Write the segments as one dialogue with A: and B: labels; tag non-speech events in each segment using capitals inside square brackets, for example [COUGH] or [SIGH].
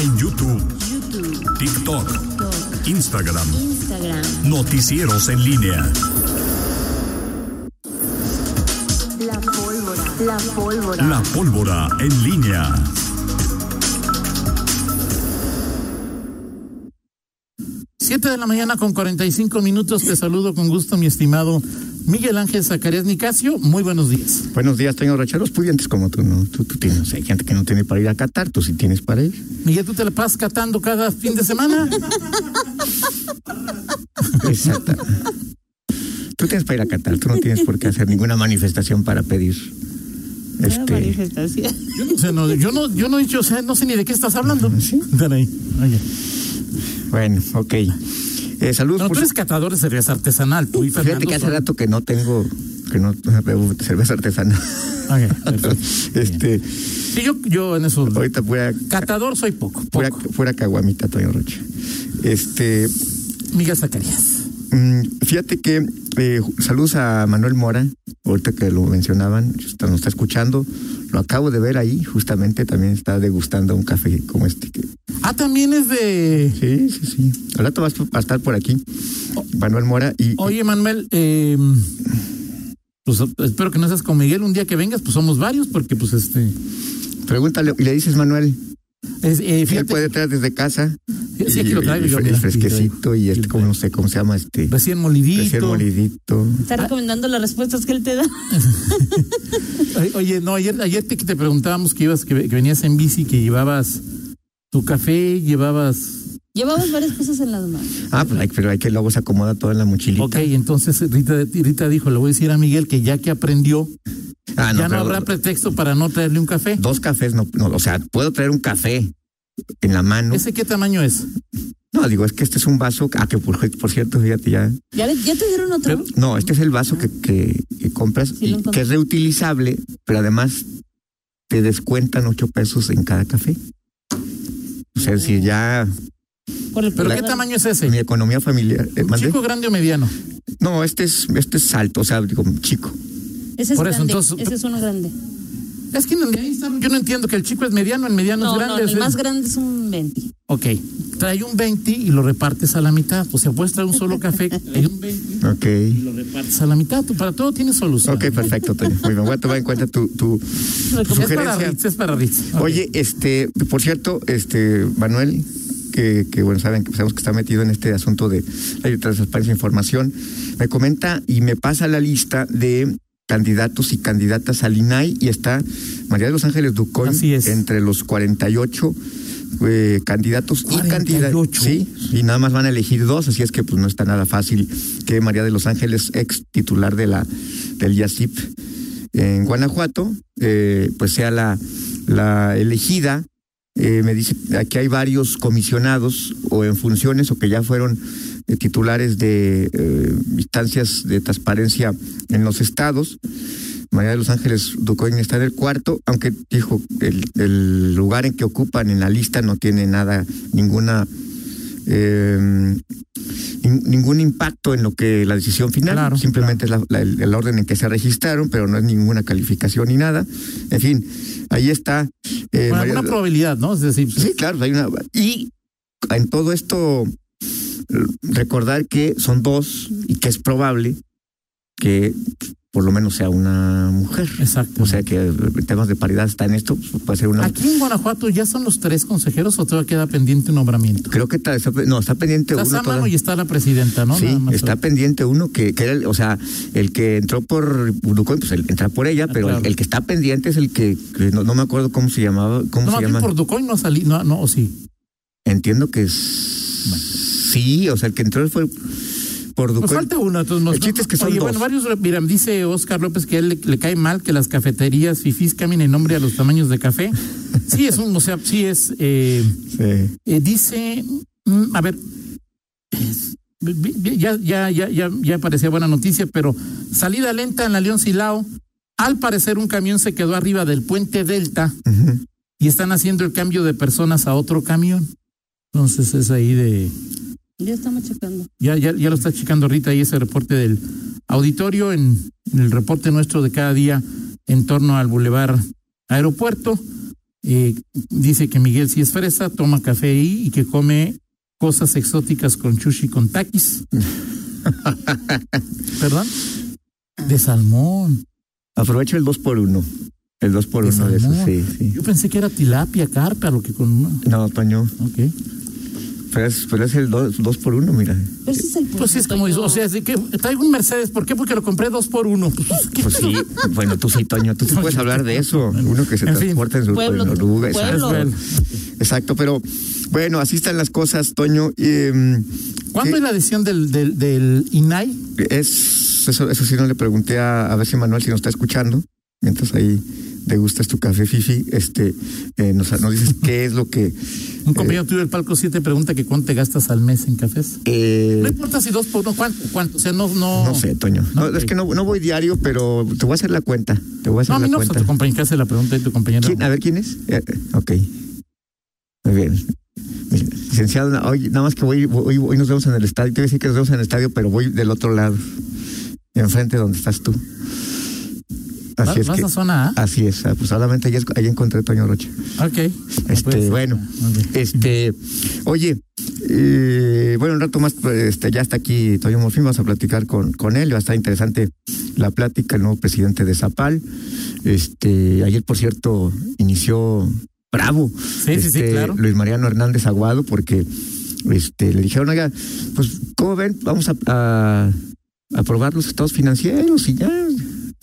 A: En YouTube,
B: YouTube,
A: TikTok,
B: TikTok,
A: Instagram,
B: Instagram,
A: noticieros en línea.
B: la pólvora, la pólvora,
A: La pólvora en línea.
C: Siete de la mañana con 45 minutos. Te saludo con gusto, mi estimado Miguel Ángel Zacarías Nicasio. Muy buenos días.
D: Buenos días, tengo racheros pudientes como tú, ¿no? Tú, tú tienes, hay gente que no tiene para ir a Qatar, tú sí tienes para ir.
C: Miguel, ¿tú te la pasas catando cada fin de semana?
D: Exacto. tú tienes para ir a Qatar, tú no tienes por qué hacer ninguna manifestación para pedir. Este,
B: manifestación.
C: Yo no sé, no, yo no, yo no he dicho, o sea, no sé ni de qué estás hablando.
D: Ah, Sí.
C: Dale ahí. Oye.
D: bueno, ok. Eh, saludos
C: No,
D: por
C: tú eres catador de cerveza artesanal, tú y Fernando.
D: Fíjate que hace
C: son-
D: rato que no tengo, que no bebo cerveza artesana.
C: Ok, perfecto.
D: [LAUGHS] este,
C: Sí, yo, yo en eso.
D: ahorita voy a
C: Catador soy poco.
D: fuera,
C: poco.
D: fuera caguamita, Toño Rocha. Este,
C: Miguel Zacarías.
D: Mm, Fíjate que eh, saludos a Manuel Mora, ahorita que lo mencionaban, está- nos está escuchando, lo acabo de ver ahí, justamente también está degustando un café como este. que-
C: Ah, también es de.
D: Sí, sí, sí. Al rato vas a estar por aquí, Manuel Mora, y
C: Oye, Manuel, eh, pues espero que no seas con Miguel un día que vengas, pues somos varios, porque pues este.
D: pregúntale, y le dices Manuel,
C: Es, eh,
D: él
C: fíjate,
D: puede traer desde casa.
C: Sí, aquí lo traigo
D: pues, y,
C: yo,
D: fre-
C: mira.
D: fresquecito y este,
C: Sí,
D: como no sé cómo se llama, este,
C: recién molidito.
D: recién molidito.
B: Está recomendando las respuestas que él te da.
C: Ay, Oye, no, ayer, ayer te, te preguntábamos que ibas, que, ve- que venías en bici, que llevabas tu café, llevabas.
B: Llevamos varias cosas en las manos.
D: Ah, pues, hay- pero hay que luego se acomoda todo en la mochilita.
C: Ok, entonces Rita, Rita dijo, le voy a decir a Miguel que ya que aprendió,
D: Ah,
C: ya no
D: pero-
C: habrá pretexto para no traerle un café.
D: dos cafés, no, no, o sea, puedo traer un café en la mano.
C: ¿Ese qué tamaño es?
D: No, digo, es que este es un vaso, ah, que por, por cierto, fíjate ya.
B: ¿Ya, le- ya te dieron otro?
C: Pero-
D: No, este es el vaso que, que, que compras,
B: Sí, lo
D: y
B: encontré.
D: que es reutilizable, pero además te descuentan ocho pesos en cada café. O sea, si ya
B: por el
C: ¿Pero
B: la-
C: qué tamaño es ese?
D: mi economía familiar... eh, ¿mandé?
C: ¿Chico, grande o mediano?
D: No, este es, este es alto, o sea, digo, chico.
B: Ese es
C: por eso,
B: grande.
C: entonces-
B: Ese es uno grande.
C: Es que en- ahí está, yo no entiendo que el chico es mediano, el mediano
B: No, no,
C: es grande. es-
B: el más grande es un 20.
C: Ok, trae un 20 y lo repartes a la mitad. O sea, puedes traer un solo café, trae un 20
D: Ok.
C: y lo repartes a la mitad. Tú, para todo tienes solución.
D: Ok, perfecto, Toño. Muy bien, voy a tomar en cuenta tu, tu
C: Es para
D: sugerencia.
C: Ritz, es para Ritz. Ok.
D: Oye, este, por cierto, este, Manuel, que, que bueno, saben, que sabemos que está metido en este asunto de la transparencia de información, me comenta y me pasa la lista de candidatos y candidatas al INAI y está María de los Ángeles Ducoy
C: Así es.
D: entre los 48 eh, candidatos y
C: 48.
D: candidatas. Sí, y nada más van a elegir dos, así es que pues no está nada fácil que María de los Ángeles, ex titular de la del IACIP en Guanajuato, eh, pues sea la, la elegida. Eh, me dice, aquí hay varios comisionados o en funciones o que ya fueron eh, titulares de eh, instancias de transparencia en los estados. María de los Ángeles Ducoin está en el cuarto, aunque dijo el, el lugar en que ocupan en la lista no tiene nada, ninguna eh, nin- ningún impacto en lo que la decisión final,
C: Claro,
D: simplemente es la- la- el, el orden en que se registraron, pero no es ninguna calificación ni nada. En fin, ahí está. eh,
C: Con
D: María-
C: alguna probabilidad, ¿no? Es decir,
D: Sí, claro, hay una. Y en todo esto, eh, recordar que son dos y que es probable que por lo menos sea una mujer.
C: exacto.
D: O sea que eh, temas de paridad está en esto, pues, puede ser una
C: Aquí en Guanajuato ya son los tres consejeros o todavía queda pendiente un nombramiento.
D: Creo que está, está- no, está pendiente
C: Está
D: uno.
C: Sámano
D: toda-
C: y está la presidenta, ¿no?
D: sí,
C: Nada más.
D: está pendiente uno que, que era, el- o sea, el que entró por Ducoin, pues el, entra por ella,
C: Ah,
D: pero el-
C: claro.
D: el, que está pendiente es el que, que no, no me acuerdo cómo se llamaba, cómo
C: No,
D: se
C: aquí
D: llama.
C: por Ducoy no ha salido, no, no, o sí.
D: Entiendo que es- sí, o sea, el que entró fue por
C: Nos
D: Ducoin.
C: falta uno, entonces nos-
D: El chiste es que son
C: Oye,
D: dos.
C: bueno, varios, mira, dice Oscar López que a él le, le cae mal que las cafeterías fifís cambien el nombre a los tamaños de café. Sí, es un, o sea, sí es, eh,
D: Sí.
C: eh, dice, mm, a ver, es- vi- vi- ya, ya, ya, ya, ya parecía buena noticia, pero salida lenta en la León Silao. Al parecer un camión se quedó arriba del puente Delta
D: Ujú.
C: y están haciendo el cambio de personas a otro camión. Entonces es ahí de...
B: Ya estamos checando.
C: Ya, ya, ya lo está checando Rita ahí ese reporte del auditorio en, en el reporte nuestro de cada día en torno al Boulevard Aeropuerto. eh, dice que Miguel sí es fresa, toma café ahí y que come cosas exóticas con sushi con
D: [LAUGHS]
C: taquis. ¿Perdón? De salmón.
D: Aprovecho el 2 por 1 El 2 por
C: De
D: 1 de esos,
C: salmón.
D: sí, sí.
C: Yo pensé que era tilapia, carpa, lo que con...
D: No, Toño,
C: Ok.
D: pero es, pero es el 2 por 1 mira.
B: Pero ese es el punto.
C: Pues sí, es como,
B: Toño.
C: o sea, es de que traigo un Mercedes, ¿por qué? Porque lo compré dos por uno. Pues, ¿qué?
D: Pues sí, bueno, tú sí, Toño, tú sí puedes hablar de eso. Uno que se
C: En fin.
D: transporta en su
B: Pueblo,
D: en oruga,
B: pueblo.
D: exacto. Exacto, pero bueno, así están las cosas, Toño. y, em,
C: ¿Cuándo
D: ¿qué?
C: es la decisión del, del, del INAI?
D: Es, eso, eso sí no le pregunté a, a ver si Manuel si nos está escuchando. Mientras ahí degustas tu café, Fifi, este, eh, nos, nos dices qué es lo que...
C: [LAUGHS] Un compañero tuyo del Palco 7 pregunta que cuánto te gastas al mes en cafés.
D: eh,
C: No importa si dos por uno, ¿cuánto? cuánto? O sea, no... No,
D: no sé, Toño. No,
C: Ok.
D: Es que no, no voy diario, pero te voy a hacer la cuenta. Te voy a hacer
C: No, pues, a
D: la
C: mí no, o sea,
D: cuenta.
C: tu compañero que hace la pregunta y tu compañero...
D: ¿Quién? A ver, ¿quién es? Eh, ok. Muy bien. Licenciado, na- hoy, nada más que voy, hoy, hoy nos vemos en el estadio. Te voy a decir que nos vemos en el estadio, pero voy del otro lado, enfrente donde estás tú.
C: ¿Vas,
D: Así es
C: vas
D: que,
C: a zona A?
D: así es. ah, Pues solamente ahí, es- ahí encontré a Toño Rocha.
C: Ok. Pues, No
D: Este,
C: puede ser.
D: bueno,
C: Ok.
D: este, oye, eh, bueno, un rato más, pues, este, ya está aquí Toño Morfín, vamos a platicar con, con él, va a estar interesante la plática, el nuevo presidente de Zapal. Este, ayer, por cierto, inició bravo.
C: sí, sí,
D: este,
C: claro.
D: Luis Mariano Hernández Aguado, porque este, le dijeron, oiga, pues, ¿cómo ven? Vamos a, a aprobar los estados financieros y ya.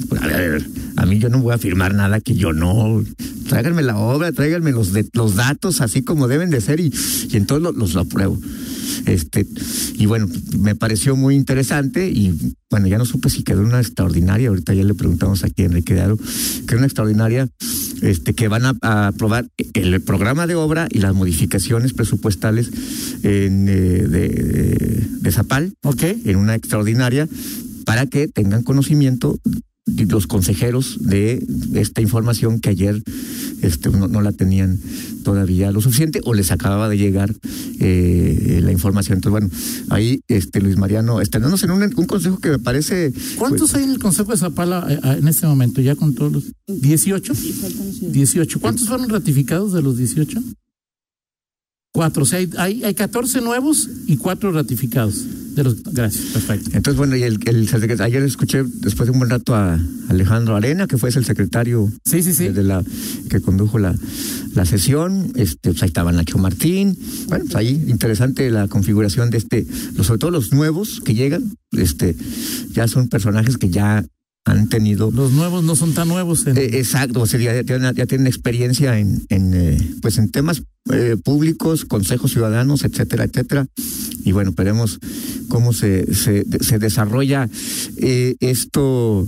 D: Pues, a ver, a mí yo no voy a firmar nada que yo no. Tráiganme la obra, tráiganme los, de- los datos así como deben de ser y, y entonces lo- los, apruebo. Este, y bueno, me pareció muy interesante y bueno, ya no supe si quedó una extraordinaria. Ahorita ya le preguntamos aquí a Enrique Daro, que una extraordinaria este, que van a, a aprobar el programa de obra y las modificaciones presupuestales en, eh, de, de- de Zapal
C: Ok.
D: en una extraordinaria para que tengan conocimiento de los consejeros de esta información que ayer este, no, no la tenían todavía lo suficiente o les acababa de llegar eh, la información. Entonces, bueno, ahí este Luis Mariano, estrenándonos en un, un consejo que me parece...
C: ¿Cuántos
D: pues.
C: hay en el Consejo de Zapala eh, eh, en este momento? Ya con todos los... ¿18?
B: Y faltan los-
C: 18. ¿Cuántos fueron ratificados de los 18? Cuatro. O sea, hay, hay, hay 14 nuevos y cuatro ratificados. De los, gracias, perfecto.
D: Entonces, bueno, y el, el secretario- ayer escuché después de un buen rato a Alejandro Arena, que fue el secretario
C: Sí, sí, sí.
D: de la que condujo la, la sesión, este, pues ahí estaba Nacho Martín, bueno, pues ahí interesante la configuración de este, los- sobre todo los nuevos que llegan, este, ya son personajes que ya han tenido
C: Los nuevos no son tan nuevos. en-
D: eh, exacto, o sea, ya, ya tienen, ya tienen experiencia en, en, eh, pues en temas eh, públicos, consejos ciudadanos, etcétera, etcétera. Y bueno, veremos cómo se, se, se desarrolla eh, esto,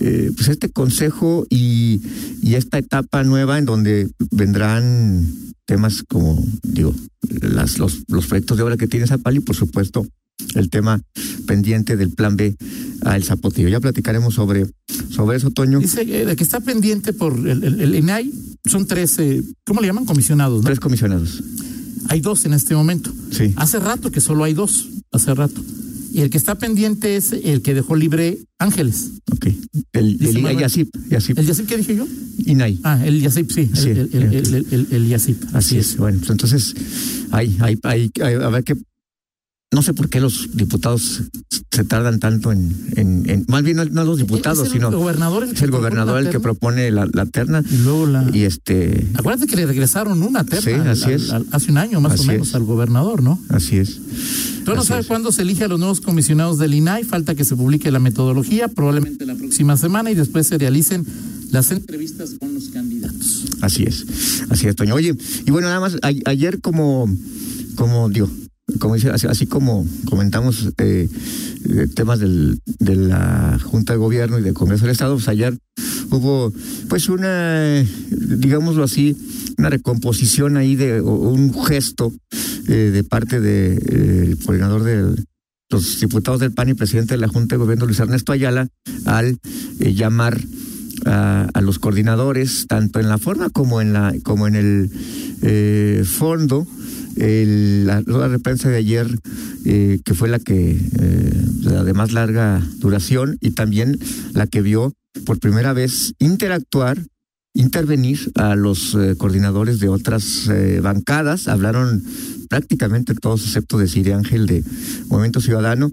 D: eh, pues este consejo y, y esta etapa nueva en donde vendrán temas como, digo, las, los, los proyectos de obra que tiene Zapal y por supuesto el tema pendiente del plan B al Zapotillo. Ya platicaremos sobre, sobre eso, Toño.
C: Dice eh, la que está pendiente por el, el, el INAI son 13, ¿cómo le llaman? Comisionados, ¿no?
D: Tres comisionados.
C: Hay dos en este momento.
D: Sí.
C: Hace rato que solo hay dos, hace rato. Y el que está pendiente es el que dejó libre Ángeles.
D: Ok. El,
C: Dice
D: el,
C: Manuel.
D: Yacip, Yacip,
C: ¿El Yacip qué dije yo?
D: INAI.
C: Ah, el Yacip, sí. El,
D: Sí,
C: el, el, el- el- el- el Yacip.
D: Así es. Bueno, pues entonces, hay, hay, hay, hay- a ver qué. No sé por qué los diputados se tardan tanto en. en, en- más bien, no, no los diputados,
C: ¿Es el
D: sino
C: gobernador el
D: es el
C: propone
D: gobernador
C: la
D: el que
C: terna?
D: propone la, la terna.
C: Y luego la.
D: Y este.
C: Acuérdate que le regresaron una terna
D: Sí,
C: al-
D: así
C: al-
D: es.
C: al- hace un año más
D: Así
C: o menos
D: es.
C: al gobernador, ¿no?
D: Así es.
C: Tú no
D: Así
C: sabes
D: es.
C: cuándo se elige a los nuevos comisionados del INAI, falta que se publique la metodología, probablemente la próxima semana, y después se realicen las entrevistas con los candidatos.
D: Así es, así es, Toño. Oye, y bueno, nada más, a- ayer como, como digo, como dice, así, así como comentamos eh, eh, temas del, de la Junta de Gobierno y del Congreso del Estado, pues ayer hubo pues una, eh, digámoslo así, una recomposición ahí de o- o un gesto eh, de parte del coordinador de los diputados del PAN y presidente de la Junta de Gobierno, Luis Ernesto Ayala, al eh, llamar a, a los coordinadores, tanto en la forma como en la como en el eh, fondo. El- la rueda de prensa de ayer, eh, que fue la que eh, la de más larga duración y también la que vio por primera vez interactuar intervenir a los eh, coordinadores de otras eh, bancadas. Hablaron prácticamente todos, excepto de Siria Ángel de Movimiento Ciudadano,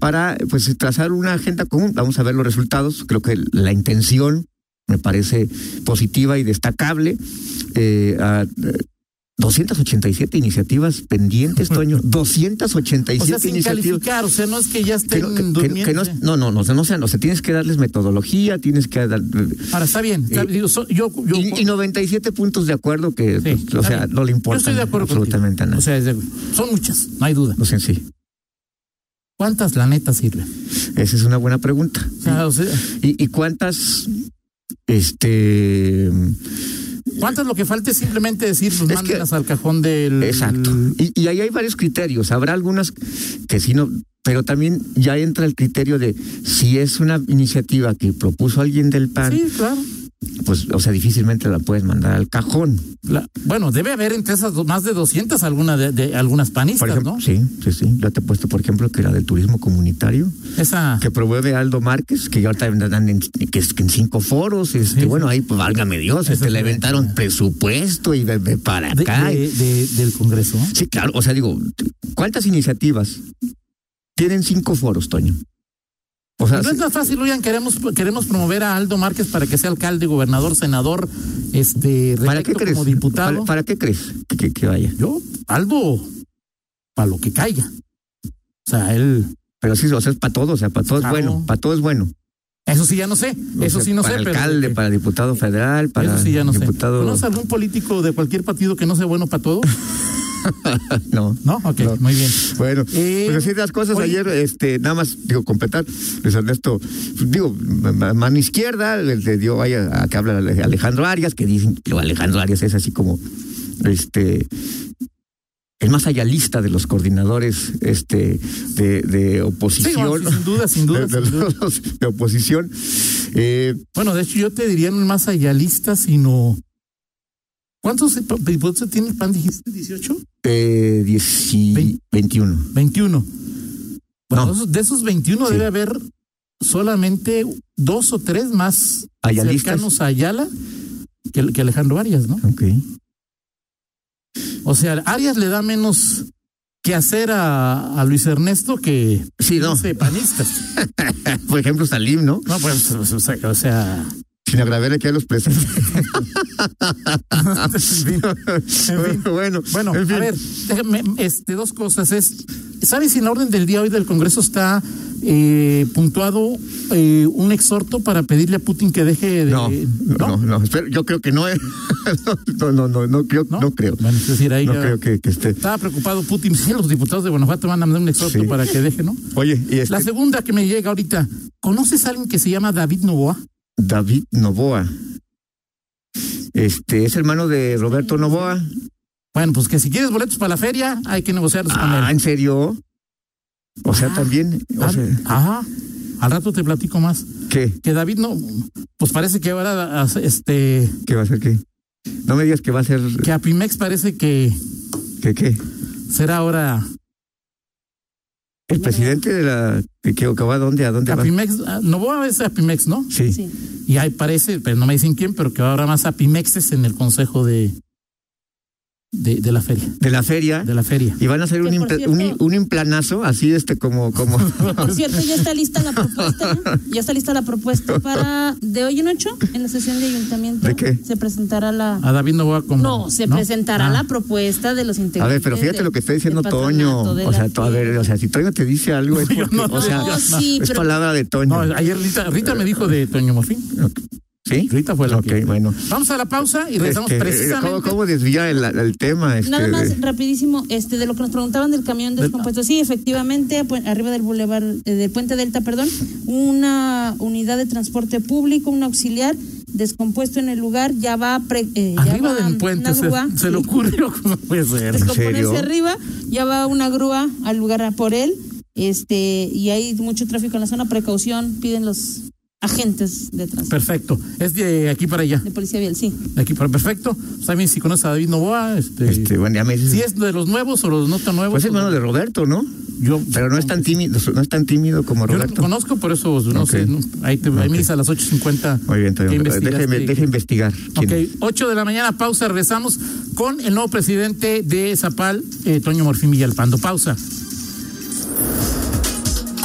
D: para pues trazar una agenda común. Vamos a ver los resultados. Creo que la intención me parece positiva y destacable. Eh, a, eh, 287 iniciativas
C: [LAUGHS]
D: pendientes, Toño. 287
C: O sea, sin
D: iniciativas.
C: calificar, o sea, no es que ya estén
D: Que no, que- que- que no, es-
C: durmiendo.
D: no, no, no, o sea, no, o sea, no, o sea, tienes que darles metodología, tienes que dar,
C: Ahora, está bien. está-
D: Eh,
C: digo, so- yo, yo,
D: y, y 97 puntos de acuerdo que,
C: Sí,
D: pues, o
C: está
D: sea,
C: bien.
D: no le
C: yo
D: importa
C: estoy de acuerdo contigo.
D: absolutamente a nada.
C: O sea, desde- son muchas, no hay duda.
D: O sea, sí,
C: ¿Cuántas la neta sirven?
D: esa es una buena pregunta.
C: O sea, o sea,
D: ¿Y, y cuántas, este,
C: ¿cuántas lo que falta es simplemente decir, pues
D: que-
C: mándenlas al cajón del.
D: exacto?
C: Mm.
D: Y, y ahí hay varios criterios, habrá algunas que sí no, pero también ya entra el criterio de si es una iniciativa que propuso alguien del PAN,
C: Sí, claro.
D: pues, o sea, difícilmente la puedes mandar al cajón.
C: La- bueno, debe haber entre esas do- más de 200 alguna de, de- algunas panistas,
D: Por ejemplo,
C: ¿no?
D: sí, sí, sí. Yo te he puesto, por ejemplo, que la del turismo comunitario,
C: Esa.
D: que promueve Aldo Márquez, que ya ahorita andan en, que, es- que en cinco foros, este,
C: Sí,
D: bueno, ahí, pues, válgame Dios,
C: Eso
D: este,
C: sí.
D: le aventaron presupuesto y de- de para
C: de-
D: acá.
C: de- de- del Congreso.
D: Sí, claro, o sea, digo, ¿cuántas iniciativas tienen cinco foros, Toño? O sea,
C: Pues No es más fácil, oigan, queremos, queremos promover a Aldo Márquez para que sea alcalde, gobernador, senador, este,
D: ¿para qué
C: reelecto
D: crees?
C: como diputado.
D: ¿Para, para qué crees que, que- que vaya?
C: Yo, Aldo, para lo que caiga. O sea, él,
D: Pero sí, o sea, es para todo, o sea, para todo
C: Claro.
D: es bueno, para todo es bueno.
C: eso sí ya no sé,
D: O
C: eso
D: sea,
C: sí no
D: para
C: sé, pero-
D: alcalde, para diputado federal, para
C: eso sí ya no
D: diputado.
C: sé. ¿Conoces algún político de cualquier partido que no sea bueno para todo?
D: [LAUGHS] No.
C: No, ok,
D: No.
C: muy bien.
D: Bueno,
C: Eh,
D: pues así las cosas
C: oye.
D: ayer, este, nada más, digo, completar, Luis Ernesto, digo, ma- ma- mano izquierda, le, le dio ahí a, a que habla Ale- Alejandro Arias, que dicen que Alejandro Arias es así como, este, el más allalista de los coordinadores, este, de, de
C: Sí,
D: oposición. [LAUGHS]
C: bueno, sí, sin duda, sin
D: de,
C: duda,
D: de
C: sin duda.
D: los- de oposición. Eh,
C: Bueno, de hecho, yo te diría no más allá sino. ¿Cuántos diputados tiene el PAN? Dijiste, ¿18?
D: eh, dieci-
C: Vein-
D: 21.
C: 21. Bueno,
D: No.
C: esos- de esos 21
D: Sí.
C: debe haber solamente dos o tres más
D: Ayalistas.
C: cercanos a Ayala que, que Alejandro Arias, ¿no?
D: Ok.
C: O sea, Arias le da menos que hacer a, a Luis Ernesto que
D: Sí, no.
C: sé, panistas.
D: Por ejemplo, Salim, ¿no?
C: No, pues, o sea, o
D: [LAUGHS]
C: sea
D: Sin agraviar aquí a los presentes. [LAUGHS] bueno,
C: Bueno,
D: en fin.
C: a ver, déjame, este, dos cosas. Es, ¿Sabes si en la orden del día hoy del Congreso está eh, puntuado eh, un exhorto para pedirle a Putin que deje de.
D: No, no, no, espero- yo creo que no, eh. [LAUGHS] no, no, no, no creo, no, creo,
C: Bueno, es decir, ahí
D: no
C: ya
D: creo que, que esté.
C: estaba preocupado Putin. Sí, los diputados de Guanajuato van a mandar un exhorto
D: Sí.
C: para que deje, ¿no?
D: Oye, y este
C: La segunda que me llega ahorita, ¿conoces a alguien que se llama David Novoa?
D: David Novoa, este es hermano de Roberto Novoa.
C: Bueno, pues que si quieres boletos para la feria, hay que negociarlos Pues con
D: Ah,
C: él.
D: ¿en serio? O sea,
C: Ah,
D: también, o
C: Ah,
D: sea,
C: ajá. Al rato te platico más.
D: ¿qué?
C: Que David no, pues parece que ahora as- este
D: ¿Qué va a ser qué? No me digas que va a ser
C: que a Pimex parece que
D: que qué.
C: será ahora
D: El presidente de la que, que va a dónde, a dónde
C: a
D: va?
C: Pimex, ah, no voy a ver a Pimex, ¿no?
D: Sí.
B: Sí.
C: Y ahí parece, pero no me dicen quién, pero que habrá más a Pimexes en el consejo de de, de la feria,
D: de la feria.
C: de la feria.
D: Y van a hacer
B: Que
D: un,
B: por
D: impla-
B: cierto-
D: un, un implanazo, así este como, como
C: [LAUGHS]
B: Por cierto, ya está lista la propuesta, ¿no? Ya está lista la propuesta para de hoy en ocho, en la sesión de ayuntamiento.
D: ¿De qué?
B: Se presentará la.
C: A David Novoa como
B: No, se presentará
C: Ah,
B: la propuesta de los
D: A
B: integrantes.
D: ver, pero fíjate
B: del-
D: lo que está diciendo
B: del
D: Toño.
B: patronato de
D: O
B: la
D: sea, to- a ver,
B: fiesta.
D: o sea, si Toño te dice algo, es
C: Yo
D: porque,
C: no,
D: o sea,
B: no, sí,
D: es
B: pero-
D: palabra de
C: No,
D: Toño.
C: ayer Rita, Rita me dijo de Toño Morfín.
D: ¿Sí?
C: Rita fue la
D: Ok,
C: que-
D: bueno.
C: Vamos a la pausa y regresamos
D: Este,
C: precisamente.
D: ¿cómo, cómo desviar el, el tema? Este,
B: Nada
D: de-
B: más, rapidísimo, este, de lo que nos preguntaban del camión
C: Del-
B: descompuesto. Sí, efectivamente, pu- arriba del bulevar, eh, del puente Delta, perdón, una unidad de transporte público, un auxiliar descompuesto en el lugar, ya va... pre- eh, ya
C: Arriba
B: va
C: del puente
B: una
C: se,
B: grúa.
C: se le ocurrió [LAUGHS] cómo puede ser.
B: descomponerse
D: serio?
B: arriba, ya va una grúa al lugar a por él, este, y hay mucho tráfico en la zona, precaución, piden los agentes de tránsito,
C: Perfecto. Es de aquí para allá.
B: de policía vial, sí.
C: De aquí para perfecto. También si conoces a David Novoa, este,
D: Este, bueno, ya me dices.
C: si es de los nuevos o los no tan nuevos.
D: Pues es hermano de Roberto, ¿no?
C: yo,
D: Pero no es tan tímido, no es tan tímido como
C: Yo lo
D: Roberto.
C: conozco, por eso pues, no
D: Ok.
C: sé. no, ahí, te, ahí
D: Ok.
C: me dice a las 8.50.
D: Muy bien, está
C: que
D: bien.
C: investigaste.
D: Déjeme, deja investigar. quién
C: Ok,
D: es.
C: 8 de la mañana, pausa, regresamos con el nuevo presidente de Zapal, eh, Toño Morfín Villalpando. Pausa.